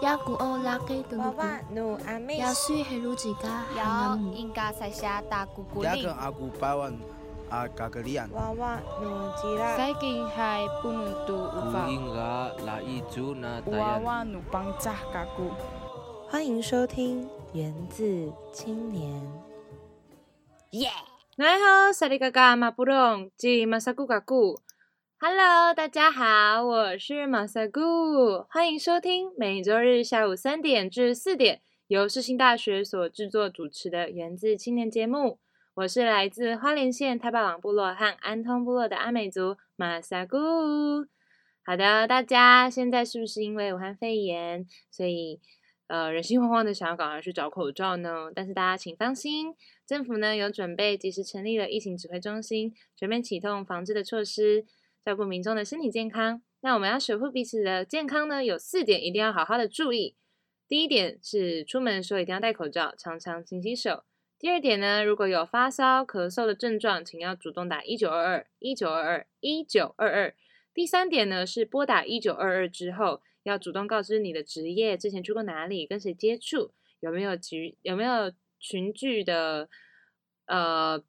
와와 누 아미 야인가사샤다구구링 야근 아구바완 아가그리안 와와 누 지라 Saya kini hai punun tu ufa Kuinga la iju na tayan. wawa nu pangcah kaku. 欢迎收听《源自青年》。来好，萨利嘎嘎马布隆及马萨古嘎古。Hello，大家好，我是马萨古，欢迎收听每周日下午三点至四点由世新大学所制作主持的《源自青年》节目。我是来自花莲县太巴朗部落和安通部落的阿美族马萨古。好的，大家现在是不是因为武汉肺炎，所以呃人心惶惶的想要赶快去找口罩呢？但是大家请放心，政府呢有准备及时成立了疫情指挥中心，全面启动防治的措施，照顾民众的身体健康。那我们要守护彼此的健康呢，有四点一定要好好的注意。第一点是出门的时候一定要戴口罩，常常勤洗手。第二点呢，如果有发烧、咳嗽的症状，请要主动打一九二二、一九二二、一九二二。第三点呢是拨打一九二二之后，要主动告知你的职业，之前去过哪里，跟谁接触，有没有局有没有群聚的呃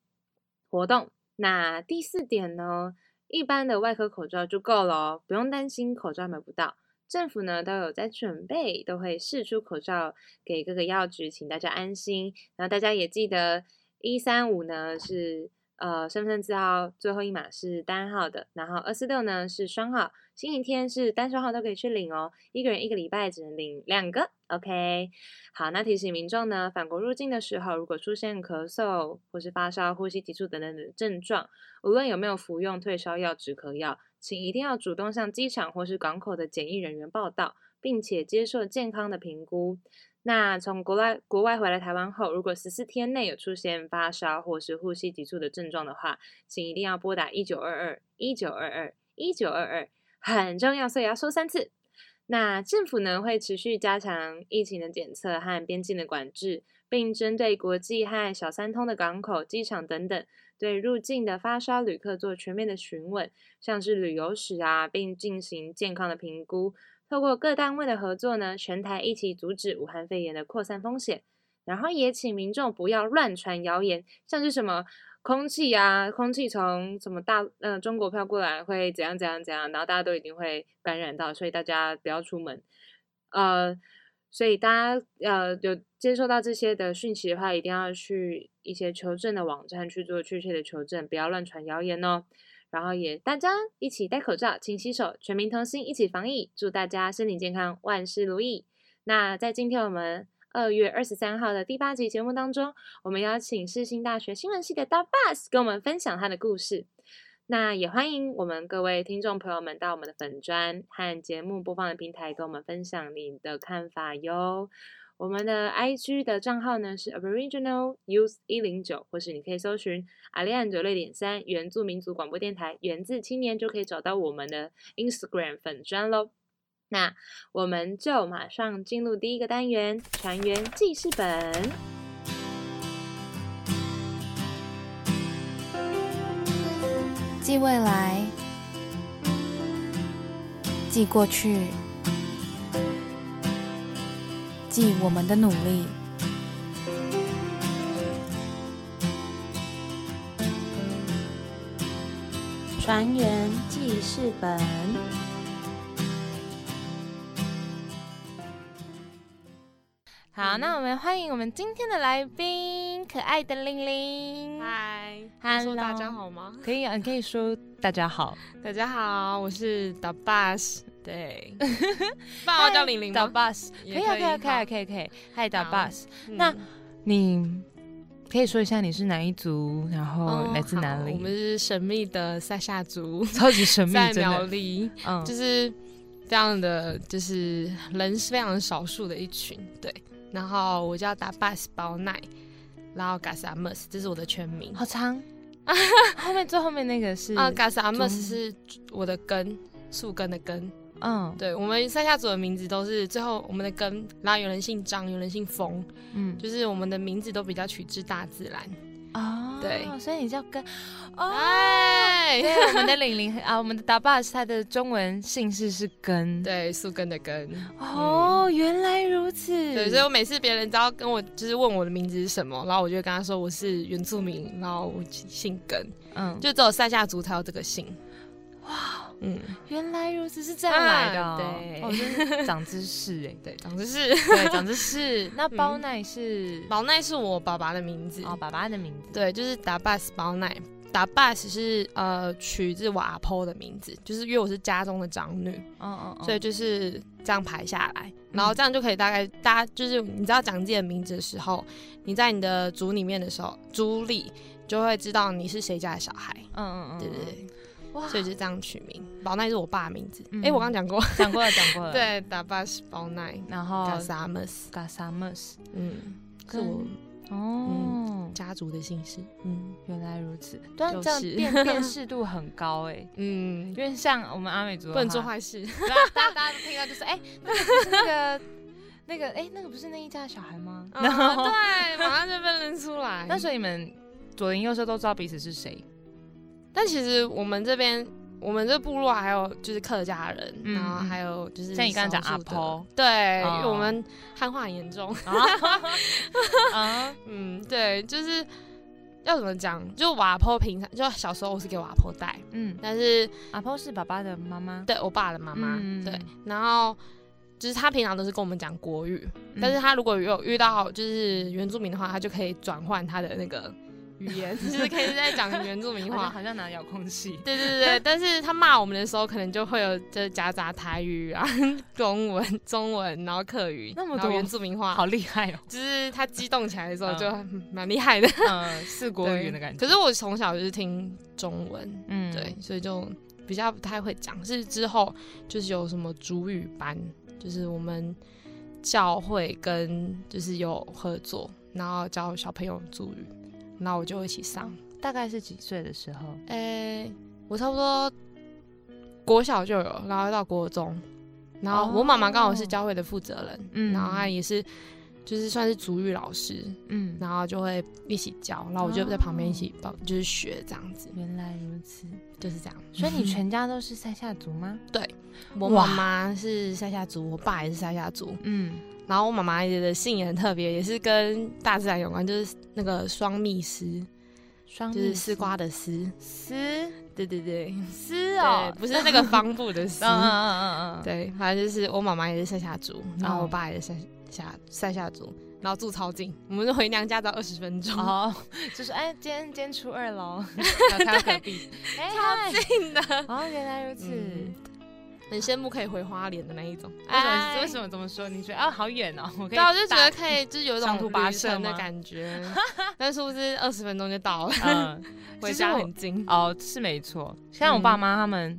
活动。那第四点呢，一般的外科口罩就够了哦，不用担心口罩买不到。政府呢都有在准备，都会试出口罩给各个药局，请大家安心。然后大家也记得一三五呢是呃身份证字号最后一码是单号的，然后二四六呢是双号，星期天是单双号都可以去领哦，一个人一个礼拜只能领两个，OK。好，那提醒民众呢，返国入境的时候，如果出现咳嗽或是发烧、呼吸急促等等的症状，无论有没有服用退烧药、止咳药，请一定要主动向机场或是港口的检疫人员报到，并且接受健康的评估。那从国外国外回来台湾后，如果十四天内有出现发烧或是呼吸急促的症状的话，请一定要拨打一九二二、一九二二、一九二二，很重要，所以要说三次。那政府呢会持续加强疫情的检测和边境的管制，并针对国际和小三通的港口、机场等等，对入境的发烧旅客做全面的询问，像是旅游史啊，并进行健康的评估。透过各单位的合作呢，全台一起阻止武汉肺炎的扩散风险。然后也请民众不要乱传谣言，像是什么空气啊，空气从什么大呃中国飘过来会怎样怎样怎样，然后大家都一定会感染到，所以大家不要出门。呃，所以大家呃有接收到这些的讯息的话，一定要去一些求证的网站去做确切的求证，不要乱传谣言哦。然后也大家一起戴口罩、勤洗手，全民同心一起防疫，祝大家身体健康，万事如意。那在今天我们二月二十三号的第八集节目当中，我们邀请世新大学新闻系的大 Bus 跟我们分享他的故事。那也欢迎我们各位听众朋友们到我们的粉砖和节目播放的平台，跟我们分享你的看法哟。我们的 IG 的账号呢是 Aboriginal Youth 一零九，或是你可以搜寻阿利安九六点三原住民族广播电台源自青年，就可以找到我们的 Instagram 粉砖喽。那我们就马上进入第一个单元——船员记事本。记未来，记过去，记我们的努力。船员记事本。好，那我们欢迎我们今天的来宾，可爱的玲玲。嗨， ，Hello，说大家好吗？可以啊，你可以说大家 好。大家好，我是 The Bus，对，爸爸叫玲玲打吗？ bus，可也以啊，可以啊，可以啊，可可以，可以。嗨，打好 bus，嗯那你可以说一下你是哪一族，然后哦来自哪好里？我们是神秘的塞夏族，超级 神秘，在真苗的，栗，嗯，就是这样的，就是人是非常少数的一群，对。然后我叫 The Bus 包奈，然后 Gasamus，这是我的全名。好 长。后面最后面那个是啊，Gasamus 中是我的根，树根的根。嗯对，我们塞夏族的名字都是最后我们的根，然后有人姓张，有人姓冯，嗯，就是我们的名字都比较取之大自然，哦，对所以你就要跟哦，哎， 对，我们的玲玲 啊，我们的达巴斯，他的中文姓氏是根，，对，树根的根。哦，原来如此，对，所以我每次别人只要跟我就是问我的名字是什么，然后我就会跟他说我是原住民，然后我姓根，嗯，就只有塞夏族才有这个姓。哇，嗯，原来如此，是这样来的、哦啊对哦，真是长知识哎、对，长知识。对，长知识。那包奶是 宝奈是我爸爸的名字，哦，爸爸的名字，对，就是达巴斯包奈。达巴斯是呃取自我阿婆的名字，就是因为我是家中的长女，嗯，嗯嗯，所以就是这样排下来，然后这样就可以大概大家就是你知道讲自己的名字的时候，你在你的族里面的时候，族里就会知道你是谁家的小孩，嗯嗯嗯，对对对，对，哇，所以就这样取名。宝奈是我爸的名字，哎、嗯我刚讲过，讲过了，讲过了，，对，达巴斯包奈，然后加萨姆斯，嘎萨姆斯，嗯，是跟我哦。家族的姓氏，嗯原来如此，但就是这样辨辨识度很高哎、嗯因，为像我们阿美族的不话能做坏事。对啊大家大家都听到就是哎、那个那个哎、那个不是那一家的小孩吗？啊然后 对，马上就被认出来。那所以你们左邻右舍都知道彼此是谁，但其实我们这边，我们这部落还有就是客家人，嗯然后还有就是像你刚刚讲少数的阿婆，对，哦因为我们汉化很严重。啊，嗯，对，就是要怎么讲，就我阿婆平常就小时候我是给我阿婆带，嗯，但是阿婆是爸爸的妈妈，对我爸的妈妈，嗯对，然后。就是他平常都是跟我们讲国语，嗯但是他如果有遇到就是原住民的话，他就可以转换他的那个语 言，就是可以在讲原住民好像话。好像拿遥控器，对对对对，但是他骂我们的时候，可能就会有就是夹杂台语啊、 中文、中文，然后客语，那么然后多原住民 话，好厉害哦，就是他激动起来的时候嗯就嗯蛮厉害的。嗯，四国对语的感觉，可是我从小就是听中文，嗯对，，所以就比较不太会讲。是之后就是有什么主语班，就是我们教会跟就是有合作，然后教小朋友主语，然后我就一起上。大概是几岁的时候？诶、我差不多国小就有，然后到国中，然后我妈妈刚好是教会的负责人，嗯然后她也是就是算是主语老师，嗯，然后就会一起教，然后我就在旁边一起帮，就是学这样子，原来如此，就是这样。所以你全家都是塞夏族吗？我妈妈是塞夏族，我爸也是塞夏族，嗯，然后我妈妈的姓也很特别，也是跟大自然有关，就是那个双蜜丝，双就是丝瓜的丝，丝对对对，丝对哦，，不是那个方布 的丝嗯，嗯嗯嗯嗯，对，反正就是我妈妈也是塞夏族，然后哦我爸也是塞夏塞夏族，然后住超近，我们就回娘家只要二十分钟，哦，就是哎，今天今天初二 喽，然后看到隔壁， 哎，嗨近的， 哦，原来如此。嗯很羡慕可以回花莲的那一种。为什么为么？什么这么说？你觉得啊，好远哦，我可以哎对啊，我就觉得打，可以，就是有一长种途跋旅程涉的吗感觉， 但是不是二十分钟就到 了， 嗯，回其实家我很近。哦，是没错。像我爸妈他们，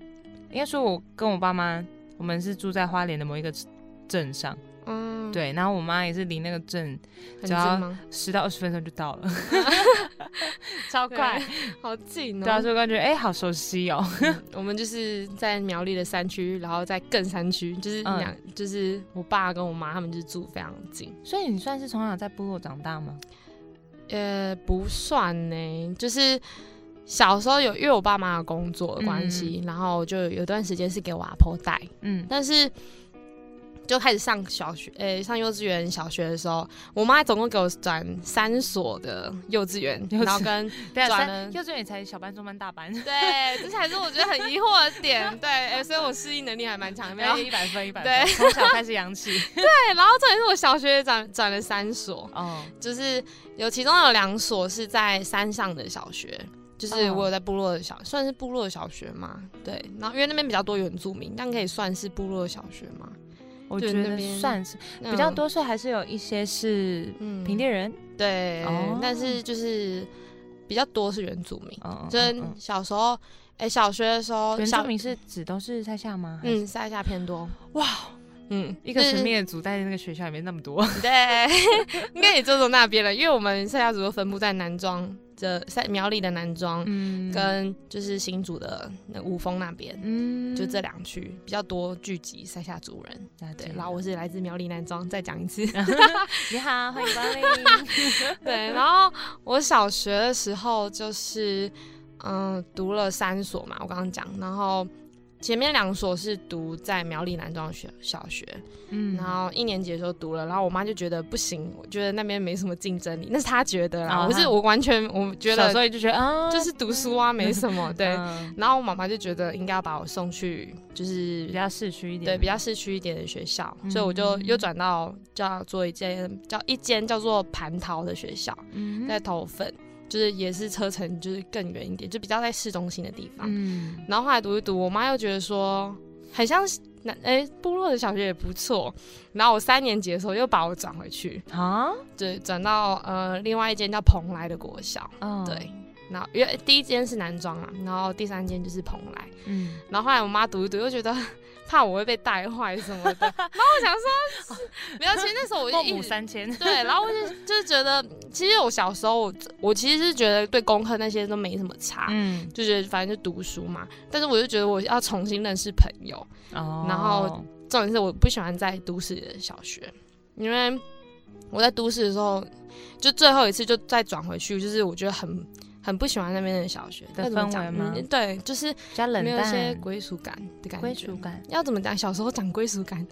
应该说我跟我爸妈，我们是住在花莲的某一个镇上，嗯，，对，然后我妈也是离那个镇很只近要吗？十到二十分钟就到了， 超对快。， 好近对啊，哦。所以我感觉哎，好熟悉哦。我们就是在苗栗的山区，然后在更山区，就是嗯两，就是我爸跟我妈他们就是住非常近。 所以你算是从小在部落长大吗？呃，不算呢，就是小时候有因为我爸妈的工作的关系，然后就有段时间是给我阿婆带，嗯，但是就开始上小学，呃、上幼稚园、小学的时候，我妈总共给我转三所的幼稚园，幼稚然后跟对啊，转三了幼稚园也才小班、中班、大 班，对，这才是我觉得很疑惑的点，对，哎，所以我适应能力还蛮强的。然后一百分， 一百对分，从小开始养 起。对，然后重点是我小学也转转了三所，哦，就是有其中有两所是在山上的小学，就是哦我有在部落的小，算是部落的小学嘛，对。然后因为那边比较多原住民，但可以算是部落的小学嘛，我对觉那得边算是嗯比较，多，所以还是有一些是嗯平地人。对，哦但是就是比较多是原住民，嗯，就是嗯嗯嗯小时候，哎、小学的时候，原小住民是指都是在下吗？还是嗯，塞下偏多，哇，嗯，一个就是神秘的族在那个学校里面那么多。 对，应该也就从那边了，因为我们塞夏族都分布在南庄、的在苗栗的南庄， 嗯跟就是新竹的那五峰那边，嗯就这两区比较多聚集塞夏族人。了对解，然后我是来自苗栗南庄，再讲一次。你好，欢迎光 临。对，然后我小学的时候就是，嗯、读了三所嘛，我刚刚讲，然后前面两所是读在苗栗南庄学小学，嗯然后一年级的时候读了，然后我妈就觉得不行，我觉得那边没什么竞争力，那是她觉得啦，哦我是她我完全我觉小得时候就觉得啊，就是读书啊没什 么，对。嗯然后我妈妈就觉得应该要把我送去，就是比较市区一点，对比较市区一点的学校，嗯所以我就又转到叫做一间叫一间叫做蟠桃的学校，嗯在头份，就是也是车程就是更远一点，就比较在市中心的地方。嗯然后后来读一读，我妈又觉得说很像是那哎部落的小学也不错，然后我三年级的时候又把我转回去，啊，对，转到呃另外一间叫蓬莱的国小，嗯对，然后因为第一间是男装啊，然后第三间就是蓬莱。嗯，然后后来我妈读一读，又觉得 怕我会被带坏什么的。 然后我想说，没有，其实那时候我就哦孟一母直三迁， 对，然后我就就是觉得，其实我小时候我我其实是觉得对功课那些都没什么差。嗯，就觉得反正就读书嘛，但是我就觉得我要重新认识朋友。哦，然后重点是我不喜欢在都市的小学，因为我在都市的时候，就最后一次就再转回去，就是我觉得很很不喜欢那边的小学的要怎么氛讲围吗嗯对，就是比较冷没有一些淡，归属感的感觉。归属感，要怎么讲？小时候讲归属 感，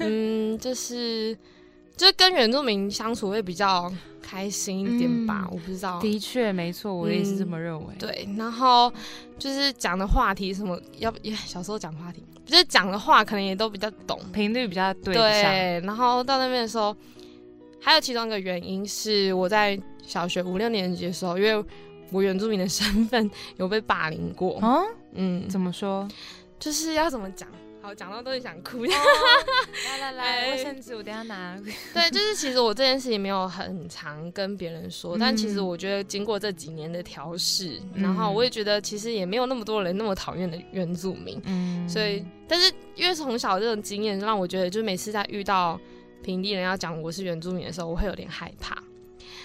嗯，就是就是跟原住民相处会比较开心一点吧，嗯我不知道。的确没错，我也是这哦嗯么认为。，对，然后就是讲的话题什么，要不也小时候讲话题，就是讲的话可能也都比较懂。频率比较对得上，对，然后到那边的时候，还有其中一个原因是我在小学五六年级的时候，因为我原住民的身份有被霸凌过，啊，嗯，怎么说？就是要怎么讲？好，讲到都很想哭。哦来来哎卫生纸我等一下拿。 对，就是其实我这件事情没有很常跟别人说，但其实嗯我觉得经过这几年的调试，嗯然后我也觉得其实也没有那么多人那么讨厌的原住民，嗯所以但是因为从小这种经验让我觉得，就每次在遇到平地人要讲我是原住民的时候，我会有点害怕。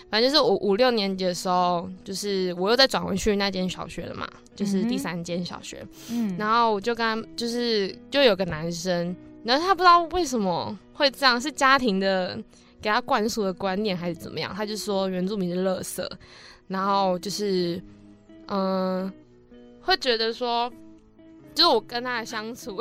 反正就是我五六年级的时候，就是我又再转回去那间小学了嘛，就是嗯第哼三间小学。嗯然后我就跟他就是就有个男生，然后他不知道为什么会这样，是家庭的给他灌输的观念还是怎么样？他就说原住民是垃圾，然后就是嗯、会觉得说，就是我跟他的相处，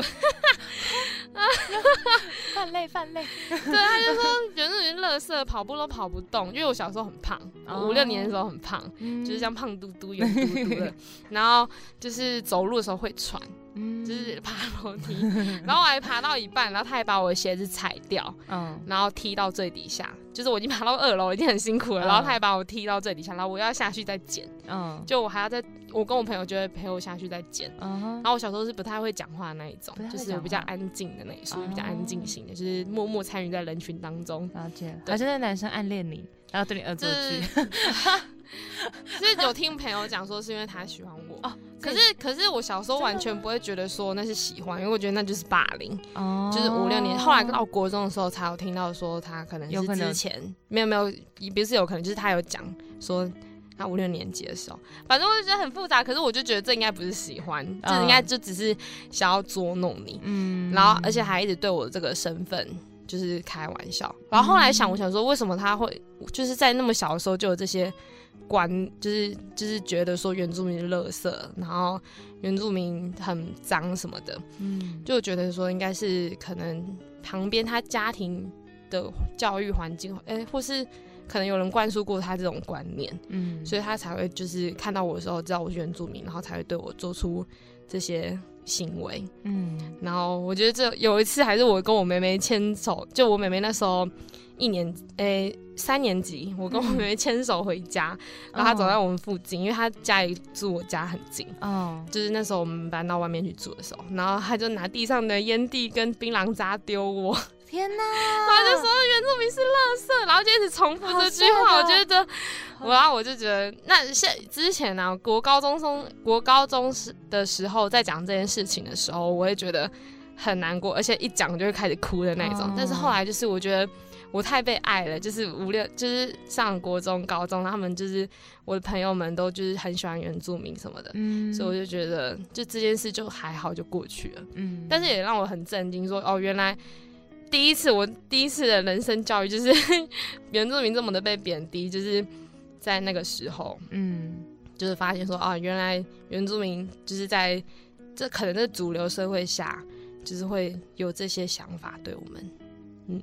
犯累犯累，对，他就说原住民是垃圾，跑步都跑不动，因为我小时候很胖，我五六年的时候很胖，就就是这样，胖嘟嘟、圆嘟嘟的，然后就是走路的时候会喘。嗯就是爬楼梯，然后我还爬到一半，然后他还把我的鞋子踩掉，嗯，然后踢到最底下。就是我已经爬到二楼，已经很辛苦了，嗯然后他还把我踢到最底下，然后我要下去再捡，嗯就我还要再，我跟我朋友就会陪我下去再捡。嗯然后我小时候是不太会讲话的那一种不太，会就是讲我比较话安静的那一，属于比较哦安静型的，就是默默参与在人群当中。了解了，对还是那男生暗恋你，然后对你恶作就是剧，， 就是有听朋友讲说是因为他喜欢我，哦可是可是我小时候完全不会觉得说那是喜欢，因为我觉得那就是霸凌。哦就是五六年，后来到国中的时候才有听到说他可能有是可能之前没有没有，也不是有可能，就是他有讲说他五六年级的时候，反正我就觉得很复杂。可是我就觉得这应该不是喜欢，这应该就只是想要捉弄你，嗯然后而且还一直对我这个身份就是开玩笑。然后后来想，我想说为什么他会就是在那么小的时候就有这些。观就是就是觉得说原住民是垃圾，然后原住民很脏什么的，嗯就觉得说应该是可能旁边他家庭的教育环境，哎、或是可能有人灌输过他这种观念，嗯所以他才会就是看到我的时候知道我是原住民，然后才会对我做出这些行为。嗯然后我觉得这有一次还是我跟我妹妹牵手，就我妹妹那时候一年诶、三年级，我跟我妹妹牵手回家，然后她走在我们附近，因为她家里住我家很近，哦就是那时候我们搬到外面去住的时候，然后他就拿地上的烟蒂跟槟榔渣丢我， 天哪，然后就说原住民是垃圾，然后就一直重复这句好帅话，我的觉得，我然后我就觉得，那现之前呢、啊，国高中生国高中时的时候在讲这件事情的时候，我会觉得很难过，而且一讲就会开始哭的那种。哦但是后来就是我觉得我太被爱了，就是五六就是上国中、高中，他们就是我的朋友们都就是很喜欢原住民什么的，嗯所以我就觉得就这件事就还好就过去了。嗯但是也让我很震惊，说哦，原来第一次我第一次的人生教育就是 原住民这么的被贬低，就是在那个时候，嗯就是发现说啊，原来原住民就是在这可能在主流社会下，就是会有这些想法对我们，嗯，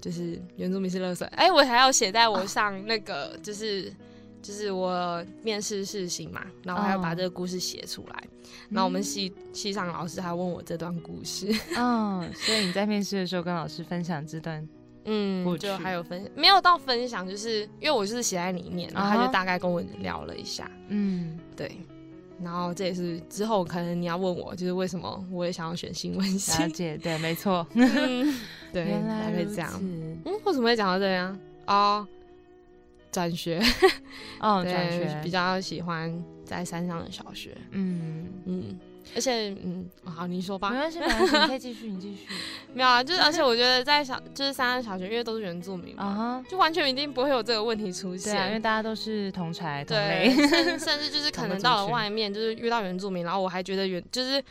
就是原住民是垃圾。哎、我还要写在啊我上那个、就是。就是我面试试行嘛，然后我还要把哦这个故事写出来。然后我们系系上老师还问我这段故事， 嗯，所以你在面试的时候跟老师分享这段，过嗯，就去还有分没有到分享，就是因为我就是写在里面，然后他啊就哈大概跟我聊了一下，嗯对，然后这也是之后可能你要问我，就是为什么我也想要选新闻系了，解，对，没错，嗯 对，原大来概如这样此，。嗯，为什么会讲到这样？哦，转学，哦，对，转学比，较喜欢在山上的小学，嗯，嗯，而且嗯，好，你说吧，没关系，没关系，你可以继续，你继续没有啊，就是而且我觉得在小就是三山小学，因为都是原住民嘛， 啊哈，就完全一定不会有这个问题出对啊，因为现。大家都是同柴同对，类，甚甚至就是同可个能族到了群外面，就是遇到原住民，然后我还觉得原就是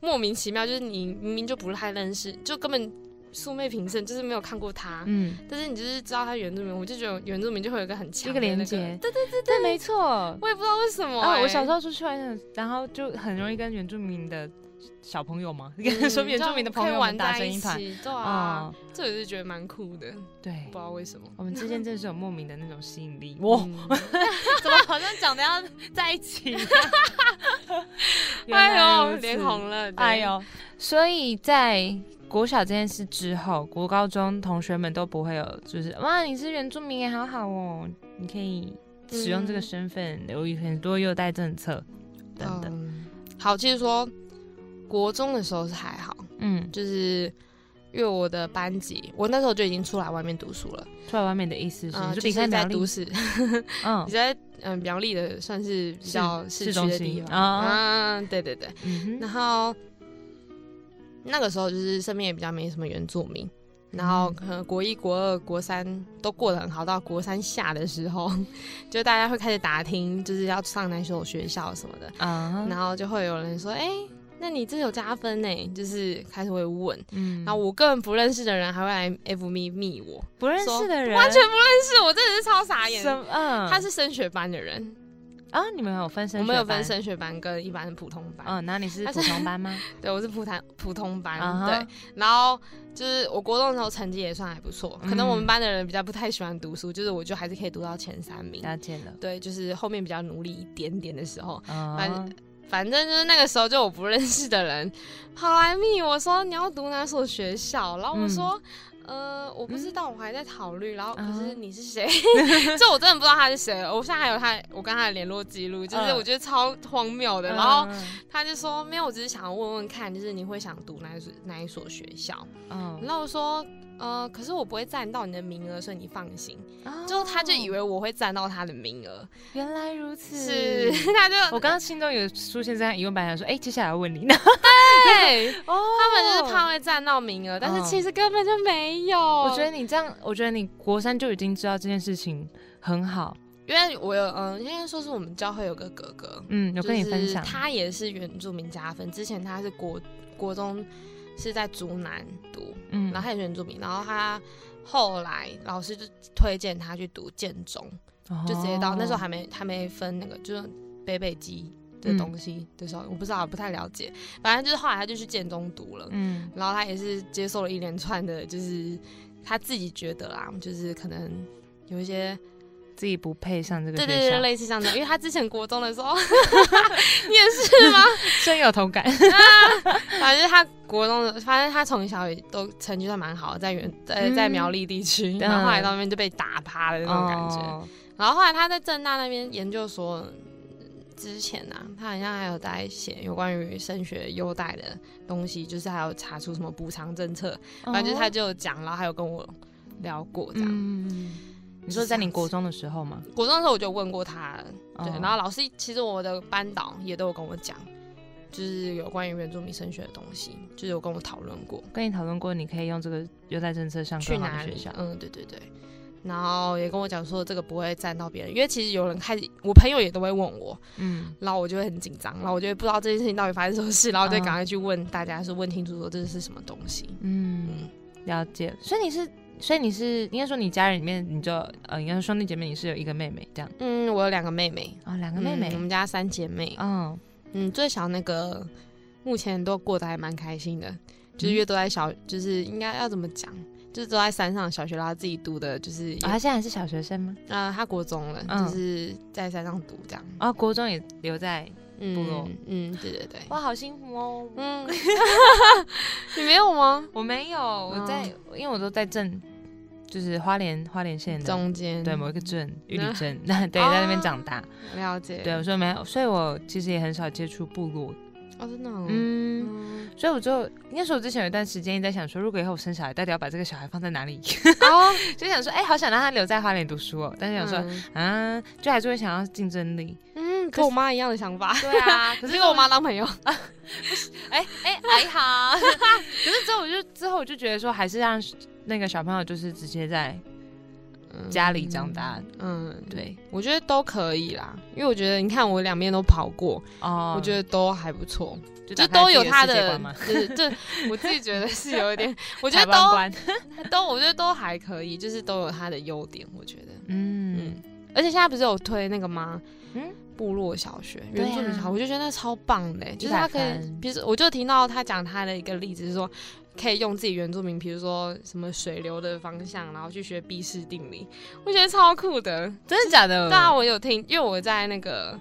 莫名其妙，就是你明明就不太认识，就根本素昧平生，就是没有看过他， 嗯，但是你就是知道他原住民，我就觉得原住民就会有一个很强一的个连那接，对对对对，没错，我也不知道为什么、欸啊，我小时候候出去玩，然后就很容易跟原住民的小朋友嗯嘛，跟他说原住民的朋友玩们打在成一一团。起，对啊啊，，这我就觉得蛮酷的，对不知，道为什么。我们之间真是有莫名的那种吸引 力。哇，嗯怎么好像讲的要在一起？ 原来哎如呦，此脸红了，对哎，呦，所以在国小这件事之后，国高中同学们都不会有，就是哇，你是原住民也好好哦，你可以使用这个嗯身份，有很多优待政策等等。嗯好，其实说国中的时候是还好，嗯，就是因为我的班级，我那时候就已经出来外面读书了，出来外面的意思是，啊，你就离开是在苗栗都，市，嗯你，在嗯苗栗的算是比较市市区中的心地方啊啊，对对对，嗯然哼，后那个时候就是身边也比较没什么原住民。然嗯后可能国一、国二、国三都过得很好，到国三下的时候， 就大家会开始打听，就是要上哪所学校什么的。啊，然后就会有人说：“哎、那你这有加分呢？”就是开始会问。嗯然后我根本不认识的人还会来 FB 密我，不认说识的人，完全不认识，我真的是超傻眼。啊什么？嗯，他是升学班的人，啊，你们有分升，我们有分，升学班跟一般的普通班。嗯，那你是他普是通班吗？对，我是普通普通班。啊哈对，然后就是我国中的时候成绩也算还不错，可能我嗯们班的人比较不太喜欢读书，就是我就还是可以读到前三名。了解了，对，就是后面比较努力一点点的时候， 反啊，反正就是那个时候，就我不认识的人跑来密我说你要读哪所学校，然后我说、呃我不知道，我还在考虑。然后可嗯啊是你是谁？ 就我真的不知道他是谁了。我现在还有他，我跟他的联络记录，就是嗯我觉得超荒谬的。然后他就说没有，我只是想要问问看，就是你会想读哪一所哪一所学校？嗯，然后我说呃可是我不会占到你的名额，所以你放心。哦就他就以为我会占到他的名额，原来如此，是 他就 我刚刚心中有出现这样疑问，本来想说，哎，接下来要问你呢， 对。哦，他们就是怕。会占到名额，但是其实根本就没有。我觉得嗯得，你这样，我觉得你国三就已经知道这件事情很好，因为我有嗯，应该说是我们教会有个哥哥，嗯，有跟你分享就是，他也是原住民加分。之前他是国国中是在竹南读，嗯，然后他也是原住民，然后他后来老师就推荐他去读建中，就直接哦到、那时候还没还没分那个就是北北基的东西的时候，我不知道不太了解，反正就是后来他就去建中读了，嗯，然后他也是接受了一连串的，就是他自己觉得啦，就是可能有一些自己不配上这个对学对对校，类似像这样，因为他之前国中的时候， 你也 是吗？深有同感，反正他国中的，反正他从小也都成绩算蛮好的，在原在嗯在苗栗地区， 然后后来到那边就被打趴了那种感觉。哦然后后来他在正大那边研究所之前啊，他好像还有在写有关于升学优待的东西，就是还有查出什么补偿政策，反正就是他就有讲，然后还有跟我聊过这样。哦嗯，你说在你国中的时候吗？国中的时候我就问过他了，对，哦然后老师其实我的班导也都有跟我讲，就是有关于原住民升学的东西，就是有跟我讨论过跟你讨论过，你可以用这个优待政策上去更好哪的学里校。。嗯，对对对。然后也跟我讲说这个不会占到别人，因为其实有人开始，我朋友也都会问我，嗯，然后我就会很紧张，然后我就会不知道这件事情到底发生什么事，然后就嗯赶快去问大家，说问清楚说这是什么东西。嗯，了解。所以你是，所以你是，应该说你家里面你就呃，应该说兄弟姐妹，你是有一个妹妹这样嗯，我有两个妹妹，哦，两个妹嗯妹我，们家三姐妹。嗯，嗯，最小那个目前都过得还蛮开心的，嗯就是因为都在小，就是应该要怎么讲，就是都在山上小学，然后自己读的，就是也哦，她现在还是小学生吗？呃，他国中了，嗯就是在山上读这样。哦，国中也留在，部落嗯嗯，对对对，哇，好幸福哦。嗯， 你没有吗？我没有，我在，因为我都在镇，就是花莲花莲县的。中间对某一个镇，玉里 那镇，那对，在那边哦长大。了解，嗯对，我说没有，所以我其实也很少接触部落。哦，真的哦，嗯， 嗯，所以我就那时候，我之前有一段时间一直在想说，如果以后我生小孩，到底要把这个小孩放在哪里？ 哦，就想说，哎、好想让他留在花莲读书哦。但是想说，嗯啊，就还是会想要竞争力。嗯，跟我妈一样的想法，对啊，可可是是跟我妈当朋友，哎哎还好。可是之后我就之后我就觉得说，还是让那个小朋友就是直接在 家里长大。嗯，嗯，对我觉得都可以啦，因为我觉得你看我两边都跑过，哦，嗯我觉得都还不错，得就都有他的世界的观嘛，就是这我自己觉得是有 一点，我我觉得台湾都观都我觉得都还可以，就是都有他的优点，我觉得，嗯嗯，而且现在不是有推那个吗？嗯嗯。部落小学、对啊原住民小学，我就觉得那超棒的欸、就是100他可以分，比如说我就听到他讲他的一个例子，是说可以用自己原住民，比如说什么水流的方向，然后去学毕氏定理，我觉得超酷的。真的假的？对啊，我有听，因为我在那个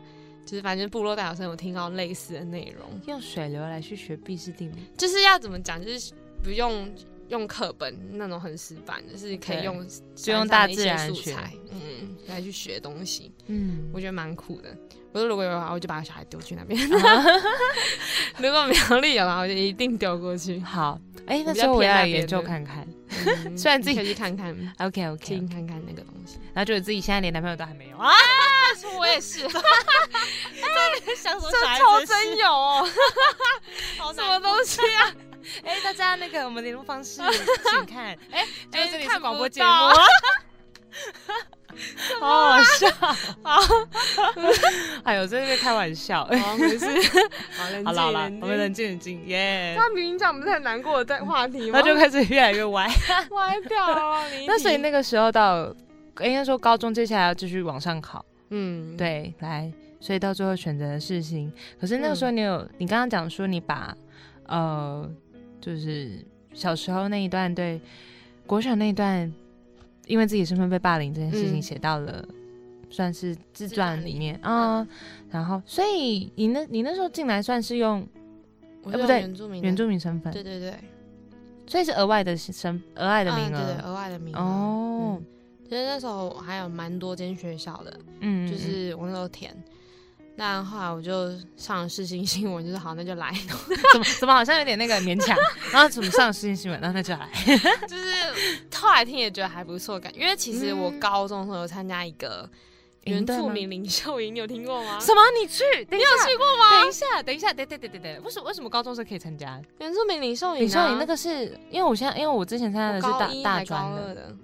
就是反正部落大学生有听到类似的内容，用水流来去学毕氏定理，就是要怎么讲，就是不用用课本那种很死板，就是可以对用就就用大自然素学材，嗯，来去学东西，嗯，。我觉得蛮酷的。我说如果有的啊话，我就把小孩丢去那边； 如果苗栗有的话，我就一定丢过去好，哎、那我比时较候我偏要那研边究的看看。嗯虽然自己可以去看看， OK 可 OK，以看看那个东西。然后觉得自己现在连男朋友都还没有啊，我也是， 想说这超真有 哦，什么东西啊？哎、大家那个我们联络方 式请看，哎、就这哎里是看广不播节目，到 好好 笑啊！哎呦，真的在开玩笑。 好，没事，好，冷好静，了好了，静我们冷静冷静，耶！他明明讲不是很难过的话题吗？那就开始越来越歪。歪掉了。你 一那所以提那个时候到，应该说高中接下来要继续往上考，嗯，对，来，所以到最后选择的事情，可是那个时候你有，你刚刚讲说你把呃，就是小时候那一段对国小那一段，因为自己身份被霸凌这件事情嗯写到了。算是自自传传里里面啊、然后，所以你那你那时候进来算是用我哎是不用对原住民的，原住民身份，对对对，所以是额外的身额外的名嗯对对，啊额、额外的名额哦，嗯其实那时候还有蛮多间学校的，嗯，就嗯是我那时候填，但后来我就上了世新新闻，就是好那就来，怎么怎么好像有点那个勉强， 然后怎么上新新闻，然后那就来， 就是后来听也觉得还不错，感因为其实我嗯高中的时候有参加一个营原队住吗民领袖营，你有听过吗？什么？你去？你有去过吗？等一下，等一下，等等等等等，为什么为什么高中生可以参加？原住民领袖营啊，你说你那个是因为我现在因为我之前参加的我是高大一大还高专二的，的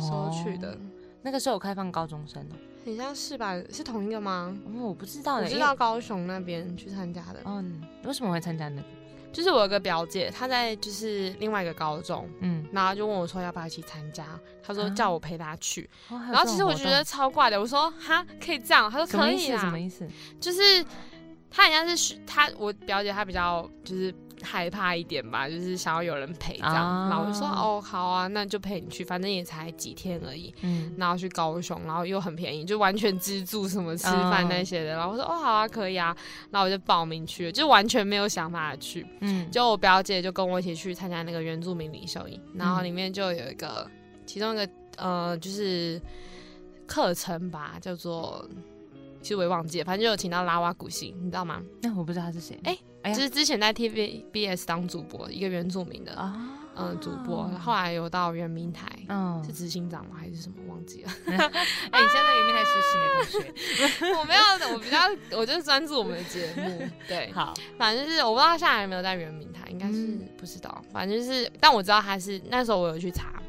时候去的哦，那个时候有开放高中生哦，很像是吧？是同一个吗？哦，我不知道我呢，知因为道。高雄那边去参加的，嗯，为什么会参加那个？就是我有个表姐，她在就是另外一个高中，嗯，然后就问我说要不要一起参加，她说啊叫我陪她去，哦还有然后这种其实我活觉得动超怪的，我说哈可以这样，她说什么可意以啊思？什啦么，意思？就是她好像是学她我表姐她比较就是。害怕一点吧，就是想要有人陪这样，啊然后我就说哦好啊，那就陪你去，反正也才几天而已。嗯，然后去高雄，然后又很便宜，就完全资助什么吃嗯饭那些的。然后我说哦好啊，可以啊，然后我就报名去了，就完全没有想法去。嗯，就我表姐就跟我一起去参加那个原住民领袖营，然后嗯里面就有一个其中一个呃就是课程吧，叫做。其实我也忘记了，反正就有请到拉瓦古西，你知道吗？那我不知道他是谁。哎哎呀就是之前在 TVBS 当主播，一个原住民的。啊，嗯主播，后来有到圆明台，嗯，是执行长吗还是什么忘 记了？哎，你现在有没有在实习的同学？我没有，我比较，我就是专注我们的节目。对，好，反正就是我不知道下来有没有在圆明台，应该是嗯不知道。反正就是，但我知道他是那时候我有去查，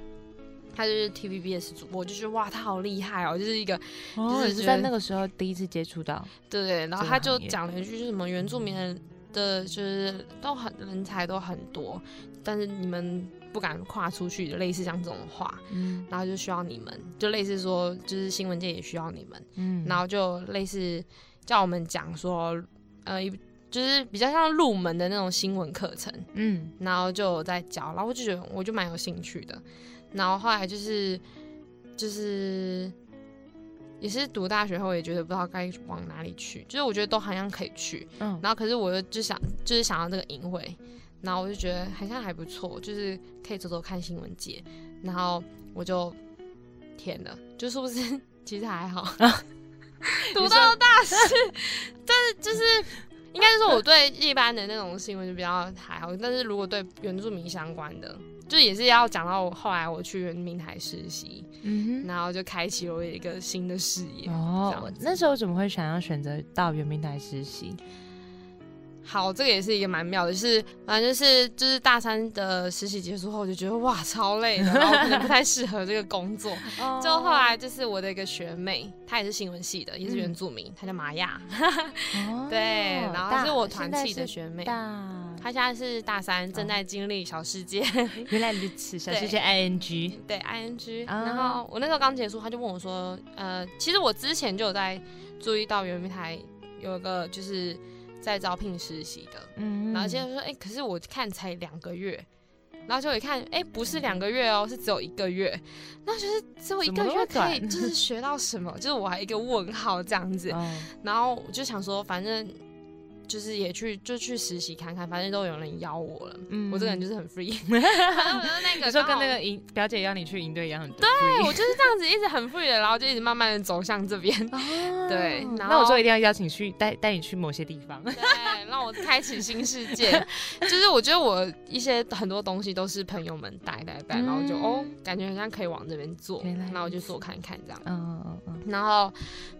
他就是 TVBS 主播，我就觉得哇，他好厉害哦，就是一个哦，就是你是觉在得那个时候第一次接触到，对对，然后这个他就行业讲了一句，就是什么原住民人的就是都很人才都很多，但是你们不敢跨出去，类似像这种话，嗯然后就需要你们，就类似说就是新闻界也需要你们，嗯然后就类似叫我们讲说，呃，一就是比较像入门的那种新闻课程，嗯然后就有在教，然后我就觉得我就蛮有兴趣的，然后后来就是就是也是读大学后也觉得不知道该往哪里去，就是我觉得都好像可以去，嗯，然后可是我又就想就是想要这个营会，然后我就觉得好像还不错，就是可以走走看新闻界，然后我就填了，就是不是 其实还好，读到大四，但是就是应该是说我对一般的那种新闻就比较还好，但是如果对原住民相关的，就也是要讲到我后来我去原民台实习，嗯然后就开启了我一个新的视野。哼，哦这样，子那时候怎么会想要选择到圆明台实 习？好，这个也是一个蛮妙的，就是反正就是就是大三的实习结束后，我就觉得哇超累的，然后我可能不太适合这个 工作。就后来就是我的一个学妹，她也是新闻系的，也是原住民，她叫玛雅，嗯哦 对，然后大是我团契现在的是学妹，大，她现在是大三，正在经历小世界， 原来如此，小对谢谢 ing， 对 ing。啊然后我那时候刚结束，她就问我说，呃，其实我之前就有在注意到圆明台有一个就是在招聘实习的，嗯然后接着说，哎、可是我看才两个月，然后就一看，哎、不是两个月哦，是只有一个月，那就是只有一个怎么那月么可以，短就是学到什么， 就是我还一个问号这样子，哦然后我就想说，反正就是也去就去实习看看，反正都有人邀我了，嗯我这个人就是 很 free，反 正我就那个你说刚跟好那个营表姐邀你去营队一样很对，对 我就是这样子一直很 free 的，然后就一直慢慢的走向这边，对哦然那我后嗯就一定要邀请去带带你去某些地方。对，让我开启新世界。就是我觉得我一些很多东西都是朋友们带带带，然后我就、嗯哦，感觉好像可以往这边做原来，那我就如此做看看这样。嗯嗯嗯然后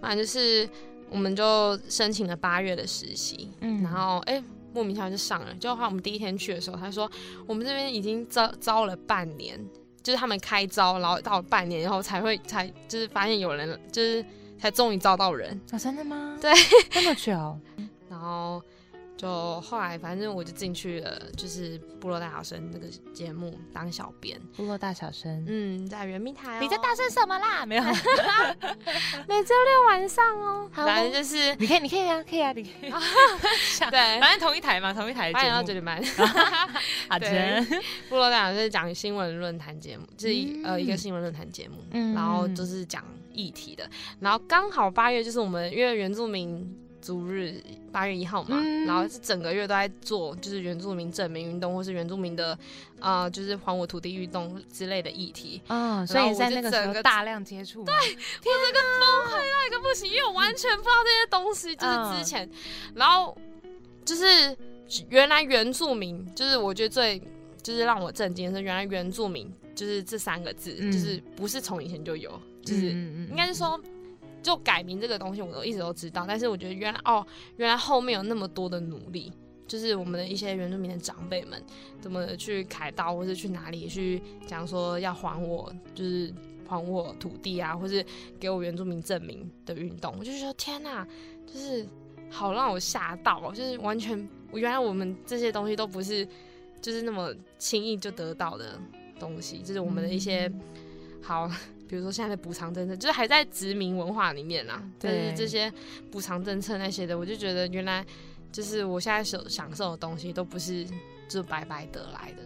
反正就是我们就申请了八月的实习，嗯然后哎。莫名其妙就上了，就后来我们第一天去的时候，他说我们这边已经招招了半年，就是他们开招，然后到了半年以后才会才就是发现有人，就是才终于招到人，啊，真的吗？对，那么久，然后就后来反正我就进去了，就是《部落大小生》那个节目当小编，部落大小声。嗯，在圆明台、哦，你在大声什么啦？ 没有，每周六晚上哦，好哦反 正就是你可以，你可以啊，可以啊，你可以。对。反正同一台嘛，同一台的八点到 九节目。啊点半，好的， 部落大小是讲新闻论坛节目，就是一、嗯呃一个新闻论坛节目，嗯然后就是讲议题的，然后刚好八月就是我们因为原住民族日八月一号嘛，嗯然后是整个月都在做就是原住民证明运动或是原住民的呃就是还我土地运动之类的议题，嗯，所以你在那个时然后候我就整个大量接触嘛。对，我这个崩溃到一个不行，因为我完全不知道这些东西，就是嗯之前，然后就是原来原住民，就是我觉得最就是让我震惊的是，原来原住民就是这三个字，嗯就是不是从以前就有，就是、嗯应该是说。就改名这个东西，我都一直都知道，但是我觉得原来哦，原来后面有那么多的努力，就是我们的一些原住民的长辈们怎么去凯道，或是去哪里去讲说要还我，就是还我土地啊，或是给我原住民证明的运动，我就觉得天哪、就是好让我吓到哦，就是完全我原来我们这些东西都不是就是那么轻易就得到的东西，就是我们的一些、嗯好，比如说现在的补偿政策，就是还在殖民文化里面啦，啊但是对这些补偿政策那些的，我就觉得原来就是我现在所享受的东西都不是就白白得来的，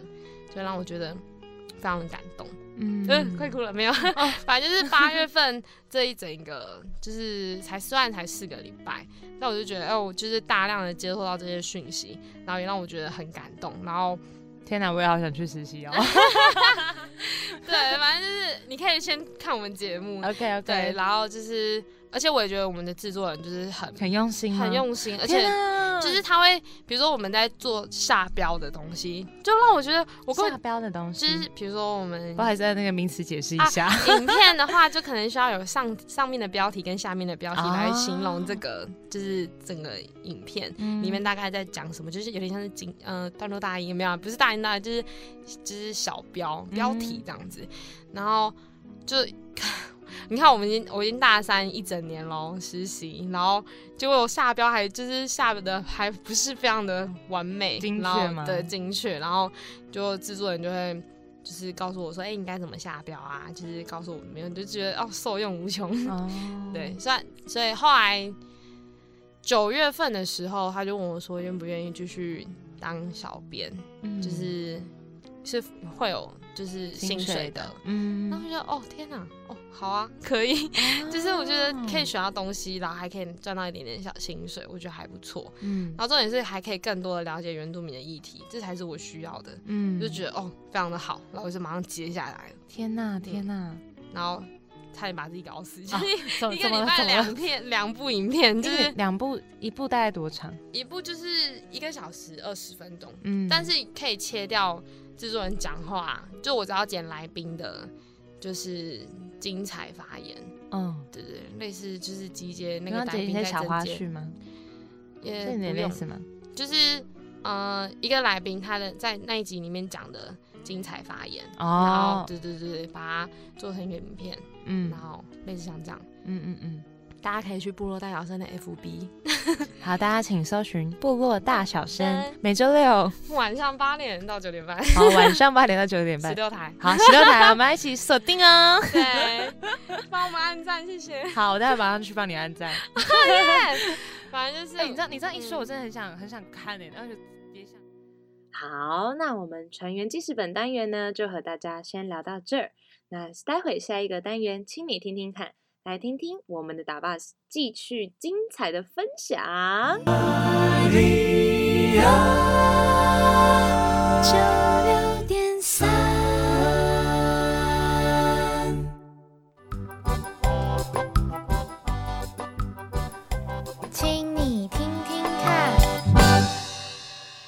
就让我觉得非常感动。嗯，快哭了没有？反正就是八月份这一整个，就是才虽然才四个礼拜，但我就觉得，哎、我就是大量的接受到这些讯息，然后也让我觉得很感动。然后，天哪，我也好想去实习 哦。对，反正就是你可以先看我们节目， OK 对， OK，然后就是，而且我也觉得我们的制作人就是很很用心，啊很。用心，而天且哪就是他会，比如说我们在做下标的东西，就让我觉得我根下嗯本标的东就西，是比如说我 们不好意思，那个名词解释一啊下。影片的话，就可能需要有上上面的标题跟下面的标题啊来形容这个，就是整个影片嗯里面大概在讲什么，就是有点像是景呃段落大意有没有？不是大意大意，就是就是小标标题这样子，嗯然后就。 你看，我们已经我已经大三一整年喽，实习，然后结果我下标还就是下的还不是非常的完美，精确然后吗对，精确，然后就制作人就会就是告诉我说，哎、你该怎么下标啊？就是告诉我没有，就觉得哦，受用无穷。哦， 对，虽然所以后来九月份的时候，他就问我说，愿不愿意继续当小编，嗯就是是会有就是薪水的。嗯那我就觉得哦天哪，哦好啊，可以， 就是我觉得可以学到东西，然后还可以赚到一点点小薪水，我觉得还不错。嗯然后重点是还可以更多的了解原住民的议题，这才是我需要的。嗯，就觉得哦非常的好，然后我就马上接下来了，天哪天哪，然后差点把自己搞死，就啊是怎嗯一个礼拜两片 两部影片，就因为是两部一部大概多长？一部就是一个小时二十分钟，嗯但是可以切掉制作人讲话，就我只要剪来宾的，就是精彩发言，嗯，对对，对类似就是集结那你个要来剪一宾在些小花中间，絮吗？也是有点呃不类用似吗？就是呃一个来宾他的在那一集里面讲的精彩发言，然后哦，对对对，对把它做成一个影片，嗯然后类似像这样，嗯嗯嗯，大家可以去部落大小生的 FB，好，大家请搜寻部落大小声嗯对，每周 六晚上八点到九点半，好晚上八点到九点十半，六 台。好，十六 台，我们一起锁定哦。对，帮我们按赞，谢 谢。好，我待会马上去帮你按 赞。 反正就是、哎，你这样你这样一说，我嗯真的很想很想看诶，然后就别想。好，那我们船员记事本单元呢，就和大家先聊到这儿。那待会下一个单元，请你听听看，来听听我们的打 bus 继续精彩的分享。九六点三，请你听听看。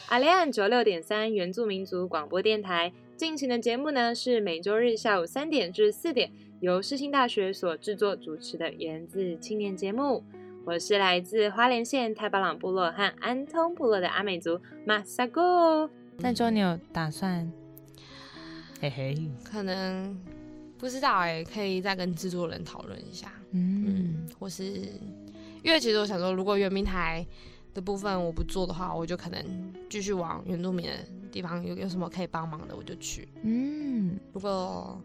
阿联岸九六点三原住民族广播电台进行的节目呢，是每周日下午三点至四点由世新大学所制作主持的源自青年节目。我是来自花莲县太巴朗部落和安通部落的阿美族马萨哦古。那周你有打算？嘿嘿，可能不知道哎、可以再跟制作人讨论一下。嗯嗯，，或是因为其实我想说，如果圆明台的部分我不做的话，我就可能继续往原住民的地方有有什么可以帮忙的我就去，嗯，如果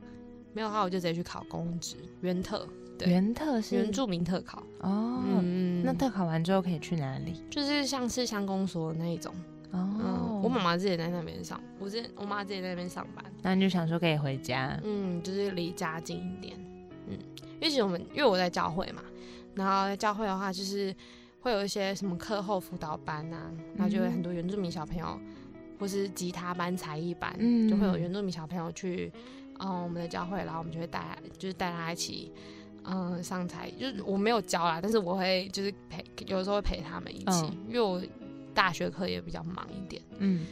没有的话，我就直接去考公职原特对原特是原住民特考。嗯哦。嗯，那特考完之后可以去哪里？就是像是乡公所那一种。哦嗯，，我妈妈之前在那边上，我之前我妈之前在那边上班。那你就想说可以回家，嗯，就是离家近一点。嗯，因为其实我们因为我在教会嘛，然后在教会的话，就是会有一些什么课后辅导班啊，然后就有很多原住民小朋友，或是吉他班、才艺班，嗯就会有原住民小朋友去，嗯，我们的教会，然后我们就会带，就是带他一起。嗯，上才艺就是我没有教啦，但是我会就是陪，有时候会陪他们一起，嗯因为我大学课也比较忙一点。嗯，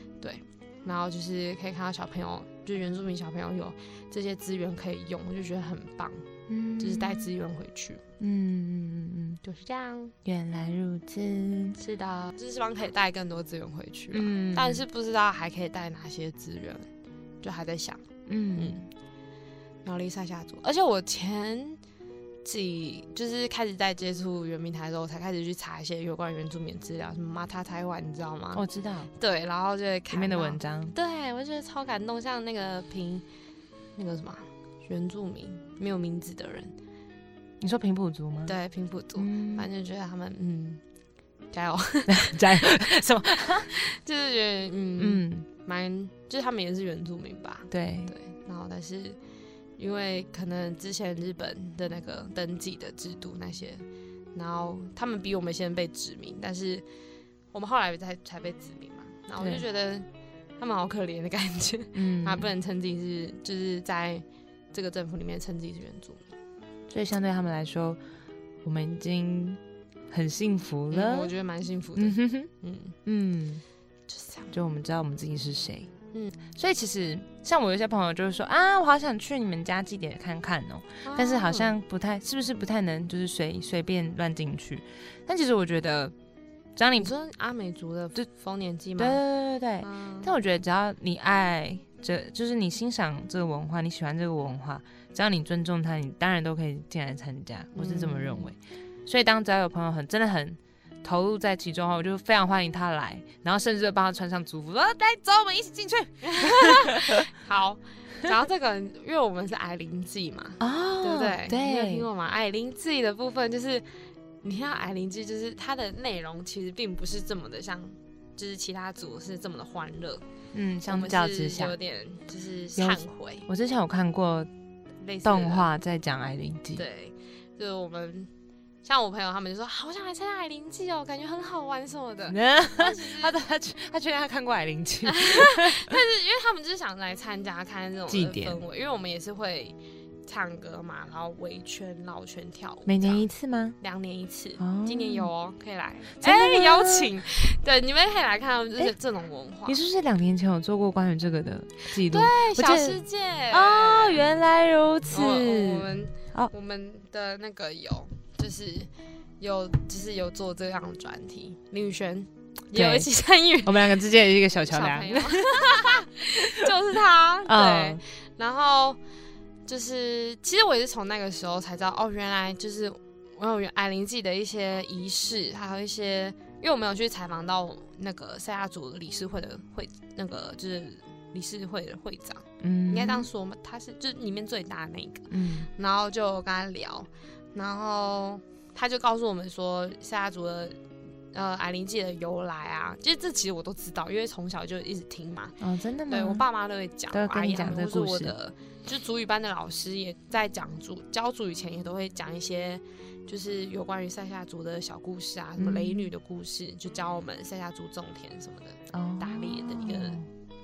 然后就是可以看到小朋友，就原住民小朋友有这些资源可以用，我就觉得很棒，嗯就是带资源回去，嗯嗯嗯，就是这样。原来如此，是的，就是希望可以带更多资源回去、嗯，嗯但是不知道还可以带哪些资源，就还在想。嗯嗯，苗栗塞夏族，而且我前几就是开始在接触原民台之后，我才开始去查一些有关于原住民的资料，什么马塔台湾，你知道吗？哦我知道对，然后就会看里面的到文章，对，我觉得超感动，像那个平那个什么啊原住民没有名字的人，你说平埔族吗？，对平埔族，嗯反正就觉得他们嗯加油， 加油，什么？ 就是觉得嗯嗯，蛮就是他们也是原住民吧，对，对，然后但是因为可能之前日本的那个登记的制度那些，然后他们比我们先被殖民，但是我们后来才才被殖民嘛，然后我就对觉得他们好可怜的感觉。嗯，啊他不，能称自己是，就是在这个政府里面称自己是原住民。所以相对他们来说，我们已经很幸福嗯，了。我觉得蛮 幸福的。嗯哼哼，嗯，嗯，就是这样。就我们知道我们自己是谁。嗯，所以其实像我有些朋友就会说啊，我好想去你们家祭典看看哦、啊但是好像不太，是不是不太能就是随随便乱进去？但其实我觉得，只要你你说阿美族的对丰年祭吗？对对对对，嗯但我觉得只要你爱这，就是你欣赏这个文化，你喜欢这个文化，只要你尊重它，你当然都可以进来参加。我是这么认为。嗯所以当只要有朋友很真的很投入在其中的话，我就非常欢迎他来，然后甚至帮他穿上族服，说来走，我们一起进去好，然后这个，因为我们是矮灵祭嘛，啊对不对？你有对，听过吗？矮灵祭的部分就是，你看到矮灵祭，就是它的内容其实并不是这么的像，就是其他组是这么的欢乐，嗯，我相们较是之下有，点就是忏悔，我之前有看过类似的动，画在讲艾琳记，对，就是我们。像我朋友他们就说好想来参加矮灵祭哦，感觉很好玩什么的。 他的他确他确定他看过艾琳 记，但是因为他们就是想来参加看这种祭的典氛围，因为我们也是会唱歌嘛，然后围圈绕圈跳舞这样，每年一次吗？两年一次，哦今年有哦，可以来，真的哎、吗邀请，对，你们可以来看他们就是哎这种文化，你是不是两年前有做过关于这个的记录？对记小得世界哦，原来如此。我我们、哦我们的那个有就是有就是有做这样的专题，林宇轩也有对一起参与，我们两个之间有一个小小桥梁朋。友 就是他，对 嗯，然后就是，其实我也是从那个时候才知道，哦，原来就是我有矮灵记的一些仪式，还有一些，因为我们有去采访到那个赛亚族理事会的会，那个就是理事会的会长，嗯应该这样说嘛，他是就是里面最大的那个，嗯然后就跟他聊，然后他就告诉我们说，赛亚族的。呃，矮灵记的由来啊，其实这其实我都知道，因为从小就一直听嘛。哦，真的吗？对我爸妈都会讲，都会我阿跟你姨他讲们这或故是我事的，就主语班的老师也在讲主教主语前也都会讲一些，就是有关于塞夏族的小故事啊，什么雷嗯女的故事，就教我们塞夏族种田什么的。哦打猎的一个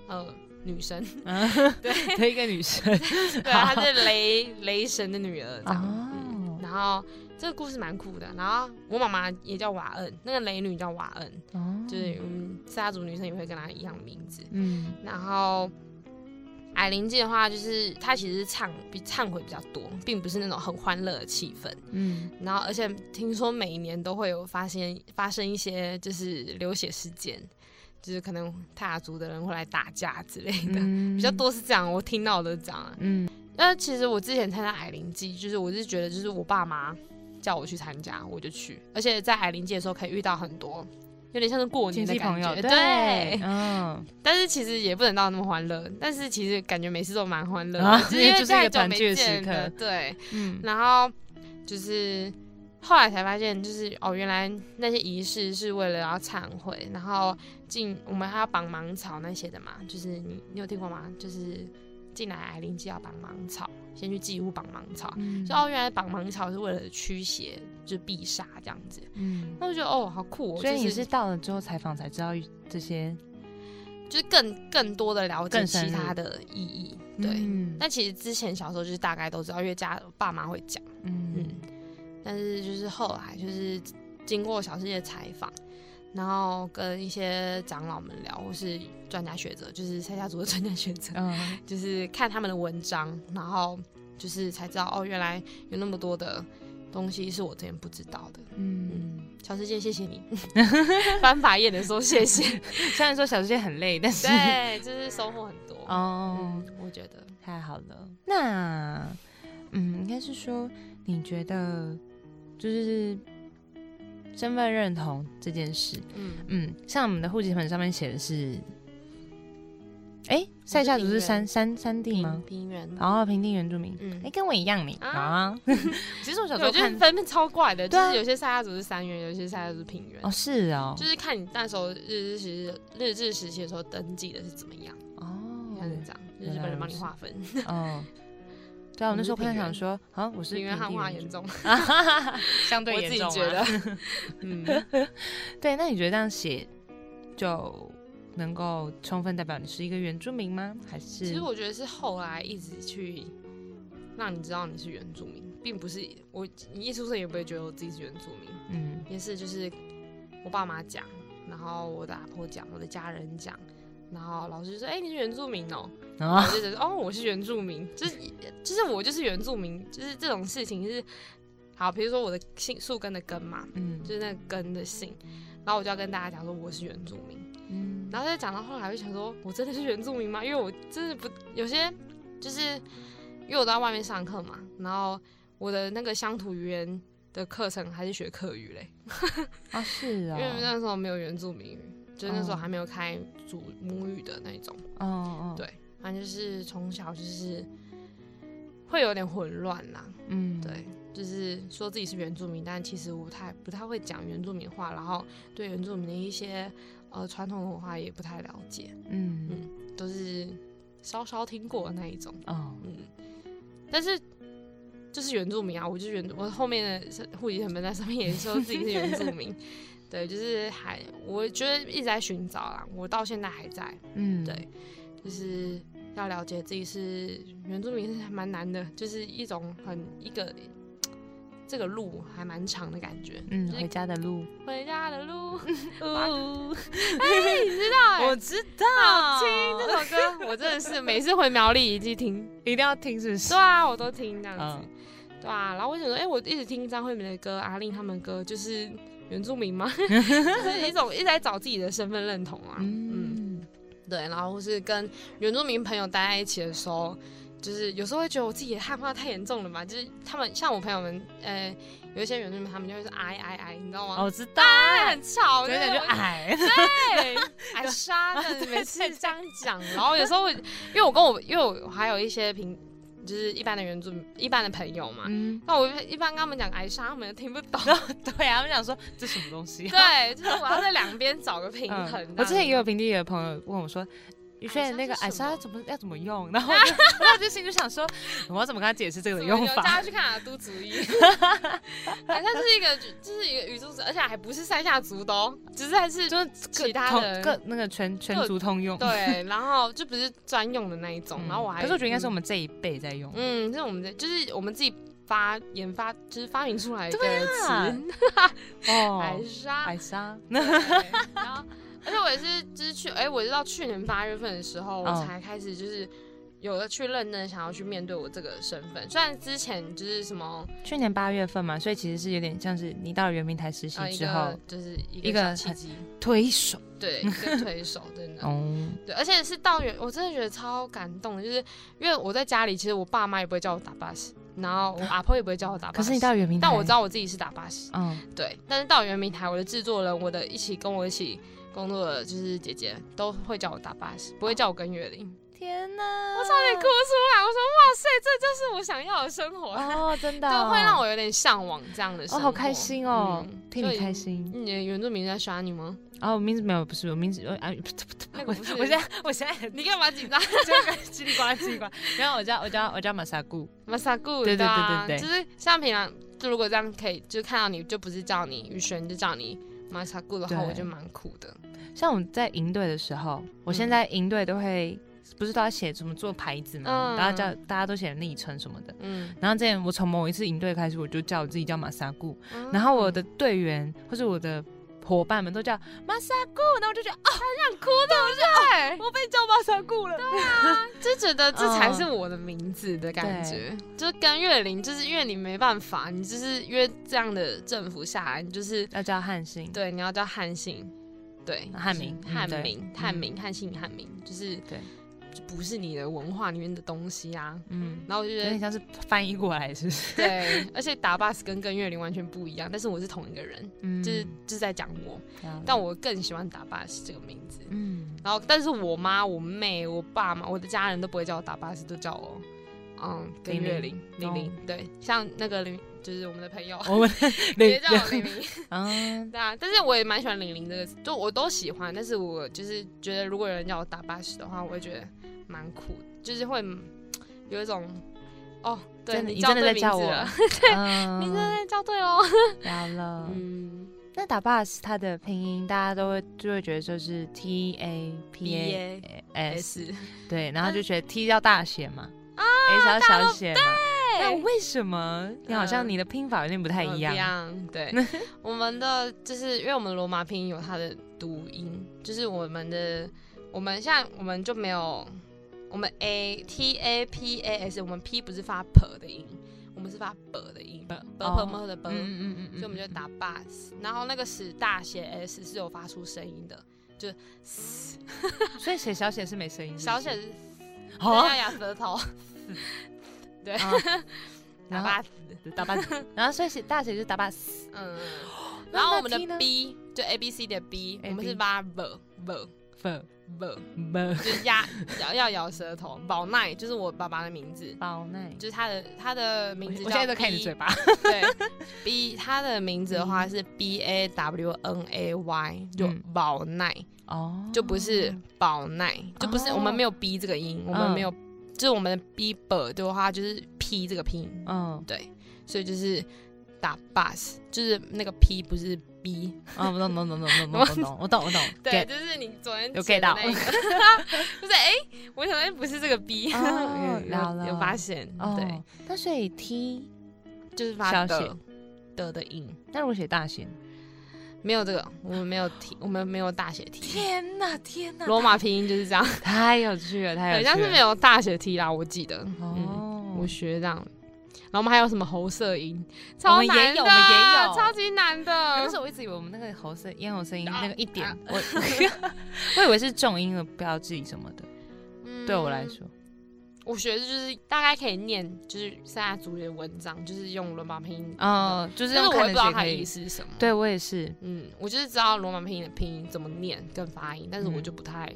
呃，女生， 嗯，对的一个女生。对啊，她是雷雷神的女儿这样。嗯哦然后这个故事蛮酷的，然后我妈妈也叫瓦恩，那个雷女叫瓦恩，哦，就是嗯，塞夏族女生也会跟她一样的名字。嗯然后矮灵祭的话，就是它其实是忏比忏悔比较多，并不是那种很欢乐的气氛。嗯然后而且听说每一年都会有发现发生一些就是流血事件，就是可能泰雅族的人会来打架之类的。嗯比较。多是这样，我听到的是这样啊。嗯那其实我之前参加矮灵祭，就是我是觉得，就是我爸妈叫我去参加，我就去。而且在矮灵祭的时候，可以遇到很多有点像是过亲年的戚朋感友觉，对，嗯，但是其实也不能到那么欢乐，但是其实感觉每次都蛮欢乐的，啊只因为因就是一太个久团没聚的时见了刻对，嗯然后就是后来才发现，就是哦，原来那些仪式是为了要忏悔，然后进我们还要绑芒草那些的嘛，就是你你有听过吗？就是进来矮灵祭要绑芒草，先去祭屋绑芒草。嗯就哦，原来绑芒草是为了驱邪，就是避煞这样子。嗯，那我觉得哦，好酷哦！所以就你是到了之后采访才知道这些，就是更更多的了解更深其入他的意义。对，嗯那、其实之前小时候就是大概都知道，因为家爸妈会讲，嗯但是就是后来就是经过小世界的采访，然后跟一些长老们聊，或是专家学者，就是蔡家族的专家学者，嗯就是看他们的文章，然后就是才知道哦，原来有那么多的东西是我之前不知道的。嗯，小世界，谢 谢你，翻法页的时候谢谢，虽然说小世界很累，但是对，就是收获很多。哦嗯，，我觉得。太好了。那，嗯，应该是说，你觉得就是身份认同这件事，嗯，嗯，像我们的户籍本上面写的是，哎、塞夏族是山山山地吗平？平原，然后平地原住民，哎、嗯跟我一样你啊啊。 其实我小时对我候觉得看，分辨超怪的，就对啊是有些赛亚族是三原，有些赛亚族是平原哦，，是哦，就是看你那时候日治时日治时期的时候登记的是怎么样，哦应该是这样，就是日本人帮你划分，哦。对啊，我那时候我们是平看原想说，啊，我是平原汉地化原严住重， 民， 相对我严自己重、啊。觉得， 嗯，对，那你觉得这样写就能够充分代表你是一个原住民吗？还是其实我觉得是后来一直去让你知道你是原住民，并不是我你一出生也不会觉得我自己是原住民，嗯也是就是我爸妈讲，然后我的阿婆讲，我的家人讲，然后老师就说：“哎、你是原住民哦。”啊我，就觉得哦，我是原住民，就是就是我就是原住民，就是这种事情是好，比如说我的姓树根的根嘛，嗯就是那个根的姓，然后我就要跟大家讲说我是原住民，嗯然后再讲到后来我就想说，我真的是原住民吗？因为我真的不有些就是因为我都在外面上课嘛，然后我的那个乡土语言的课程还是学客语嘞，啊是因啊，为那时候没有原住民语，就是那时哦候还没有开主母语的那一种。哦哦对反正就是从小就是会有点混乱啦，嗯对，就是说自己是原住民，但其实我不太不太会讲原住民话，然后对原住民的一些呃传统文化也不太了解，嗯都是稍稍听过的那一种，哦嗯，但是。就是原住民啊，我就是原，我后面的户籍成本在上面也说自己是原住民， 对，就是还我觉得一直在寻找啦，我到现在还在，嗯对，就是要了解自己是原住民是还蛮难的，就是一种很一个这个路还蛮长的感觉。嗯就回是家的 路，回家的 路，哦，哎，你知道、哎知道，好听这首歌，我真的是每次回苗栗一定听。一定要听是不是对？啊，我都听这样子嗯。对啊，然后我想说，哎、我一直听张惠妹的歌、阿令他们歌，就是原住民吗？ 就是一种一直在找自己的身份认同啊。嗯嗯对，然后或是跟原住民朋友待在一起的时候，就是有时候会觉得我自己的汉化太严重了吧？就是他们像我朋友们，呃，有一些原住民他们就会说哎哎哎，你知道吗？哦，我知道，啊很吵，有点就哎我矮，对，矮沙哎的每次这样讲，然后有时候我，因为我跟我，因为我还有一些平，就是一般的原住民一般的朋友嘛， 嗯，那我一般跟他们讲矮沙，他们也听不 懂，对啊，我想说这什么东西啊？对，就是我要在两边找个平衡这样嗯子。我之前也有平地里的朋友问我说。宇轩，那个矮矮莎莎是怎么要怎么用？ 然后我 就我就心里就想说，我要怎么跟他解释这个怎么用有大法家？去看啊，都主 义， 反正是一个就是一个语助词，而且还不是三下族的哦，只是还是就是各其他同的各那个全全族通用。对，然后就不是专用的那一种，嗯，然后我还可是我觉得应该是嗯我们这一辈在用。嗯，这是我们的，就是我们自己发研发，就是发明出来的对啊词，哦，海沙 矮。莎，对然后，而且我也是，就是去，哎、我是到去年八月份的时候，我哦才开始就是有了去认真想要去面对我这个身份。虽然之前就是什么去年八月份嘛，所以其实是有点像是你到了圆明台实习呃一之个后就是一一个个小契很 机，推手对，一个推手，真的。哦，对，而且是到原，我真的觉得超感动的，就是因为我在家里，其实我爸妈也不会叫我打巴士，然后我阿婆也不会叫我打巴啊士。可是你到，了圆明台，但我知，道我自己是打巴士，嗯对。但是到圆明台，我的制作人，我的一起跟我一起工作的就是姐姐，都会叫我打巴士，不会叫我跟月玲。天哪，我差点 哭出来，我说哇塞，这就是我想要的生活，哦，真的对，哦，会让我有点向往这样的生哦，活。好开心哦嗯，替你开。心就你的原住民在耍你吗？哦，名字没有，不是我名字，我啊，那我个不是我现在我现在你干嘛紧 张？这个叽里呱啦叽里呱啦，然后我叫我叫我叫马萨固，马萨固，对对啊对对对就是像平常，就如果这样可以，就看到你就不是叫你宇轩，就叫你马萨固的话，对我就蛮苦的。像我们在营队的时候，我嗯现在营队都会。不是都要写怎么做牌子嘛，嗯然后叫大家都写昵称什么的。嗯，然后之前我从某一次营队开始，我就叫我自己叫马萨固，嗯然后我的队员或者我的伙伴们都叫马萨固，然后我就觉得哦，对，我被叫马萨固了。就觉得这才是我的名字的感觉，哦就是跟月玲，就是因为你没办法，你就是因为这样的政府下来，你就是要叫汉信，对你要叫汉姓，对汉名就是汉嗯名对汉名汉姓汉名，就是对，就不是你的文化里面的东西啊。嗯，然后我就有觉得点像是翻译过来，是不是？ 对，而且打 bus 跟跟月龄完全不一样，但是我是同一个人，嗯就是就是在讲我，了解但我更喜欢打 bus 这个名字。 嗯，然后，但是我妈、我妹、我爸妈、我的家人都不会叫我打 bus，都叫我嗯跟玲月玲哦龄玲玲。对，像那个玲，就是我们的朋友，我们也叫我玲玲。 嗯，对啊，但是我也蛮喜欢玲玲这个，就我都喜欢，但是我就是觉得如果有人叫我打巴士的话，我会觉得蛮酷，就是会嗯有一种哦，对真的你叫真的对在名叫字我啊嗯了，，对你真的在叫对喽。聊了。嗯那打 bus 它的拼音大家都会就会觉得就是 T A P A S， ，S，啊对，然后就觉得 T 要大写嘛，S 要小写嘛，那为什么你好像嗯你的拼法有点不太一一样？哦样， 对，我们的就是因为我们罗马拼音有它的读音，就是我们的我们像我们就没有我们 a t a p a s，我们 p 不是发 p 的音，我们是发 b 的音，b p m 的 b，、嗯嗯所以我们就打 bus，然后那个是大写 s 是有发出声音的，就是 s，所以写小写是没声音，是不小嗯是哦写啊是好要咬舌头，对，啊 然打后 bus，打巴，然后所以写大写就是打巴死。嗯，那然后哦那我们 T 呢的 b 就 a b c 的 b， A 我们 B 是发 b b。粉不，粉就是压要要咬舌头。宝奈就是我爸爸的名字，包奈，就是他的他的名字叫 B, 我现在都看你嘴巴。对，B 他的名字的话是 B A W N A Y，就嗯宝奈，哦，就不是宝奈，就不是、哦我们没有 B 这个音，我们没有，就是我们的 B 本的话就是 P 这个拼音，嗯，对，所以就是打 bus，就是那个 P 不是 B， 啊，不懂懂懂懂懂懂懂，我懂我懂，对，就是你昨天有写 get 的到那 个，就是哎、我想哎不是这个 B，、哦有了了有发现，哦对，，那所以 T，就是发小的写的的音，那如果写大写呢，没有这个，我们没有题，我们没有大写题，天哪天 哪，罗马拼音就是这 样，太有趣了，太有好趣像了，是没有大写题啦，我记得，嗯，哦，我学这样。然后我们还有什么喉色音，我超们也难的，有我们也有超级难的。那时候我一直以为我们那个喉声、咽喉声音啊那个一点，我我以为是重音的标记什么的。嗯 对我来，说，我学的就是大概可以念，就是现在主语的文章，就是用罗马拼音哦，就是但用是我看也不的知道写它可的意以。思是什么。，对我也是，嗯，我就是知道罗马拼音的拼音怎么念跟发音，但是我嗯就不太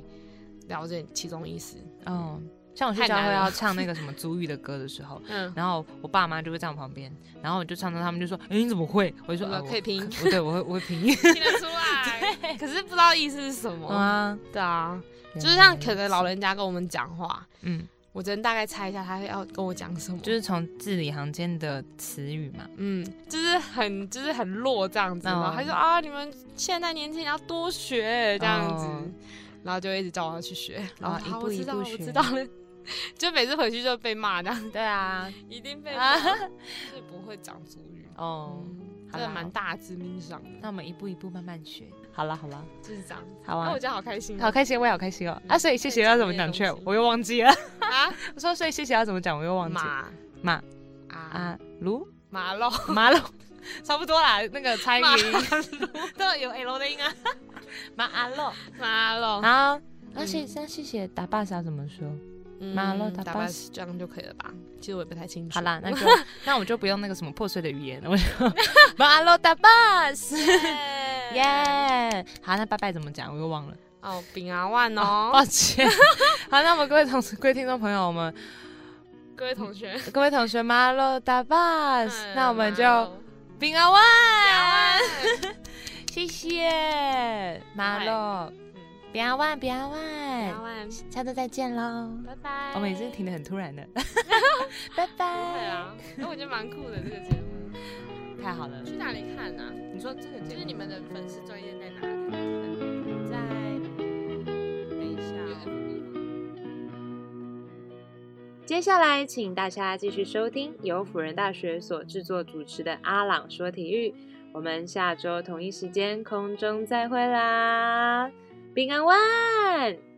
了解其中意思。哦，像我去太教难会了 要唱那个什么族语的歌的时候， 嗯，然后我爸妈就会站我旁边，然后我就唱到他们就说：“哎，你怎么会？”我就说：“我啊呃可以拼音我对我会我会拼 音听得出来，可是不知道意思是什么。 啊。对啊，原就是像来可能如老此，人家跟我们讲话，嗯，我只能大概猜一下他要跟我讲什么，就是从字里行间的词语嘛。嗯，就是很就是很弱这样子，哦然后他就说啊，你们现在年轻人要多学这样子，哦然后就一直叫我要去学，然后哦我一说啊步一步学我知道，我知道了， 就每次回去就被骂这样，对啊，一定 被啊骂，是不会讲族语，哦，嗯，好真啦的蛮大致命伤那的，我们一步一步慢慢学。好了好了，就是这样子。好那啊我。觉得好开心哦，好开心，我也好开心哦！嗯啊，所以谢谢要怎么讲可以却讲这些东西我又忘记了。啊，我说，所以谢谢要怎么讲，我又忘记了。马马啊啊，卢马喽， 马龙，差不多啦，那个参马都有 L 的音啊。马阿洛， 马喽，好，嗯那谢那谢谢打巴莎怎么说？嗯马喽打打巴巴这样就可以了吧？其实我也不太清楚。好啦，那 就那我就不用那个什么破碎的语言 了，我就马阿洛打巴斯，耶！好，那拜拜怎么讲？我又忘了。哦，饼啊万 哦，哦，抱歉。 好，那么各位同事、各位听众朋友，我们各位同学，嗯各位同学，马洛达巴斯， 那我们就嗯哎平安 万，谢谢马洛，平安万，平安饼啊万，嗯万，下周再见喽。拜拜。我们也是停的很突 然的，拜对拜。啊，那我觉得蛮酷的这个节目，太好了，去哪里看啊？你说这个就节是目你们的粉丝专业在哪里？在等一有下 FB 吗接下来，请大家继续收听由辅仁大学所制作主持的《阿朗说体育》，我们下周同一时间空中再会啦，平安万！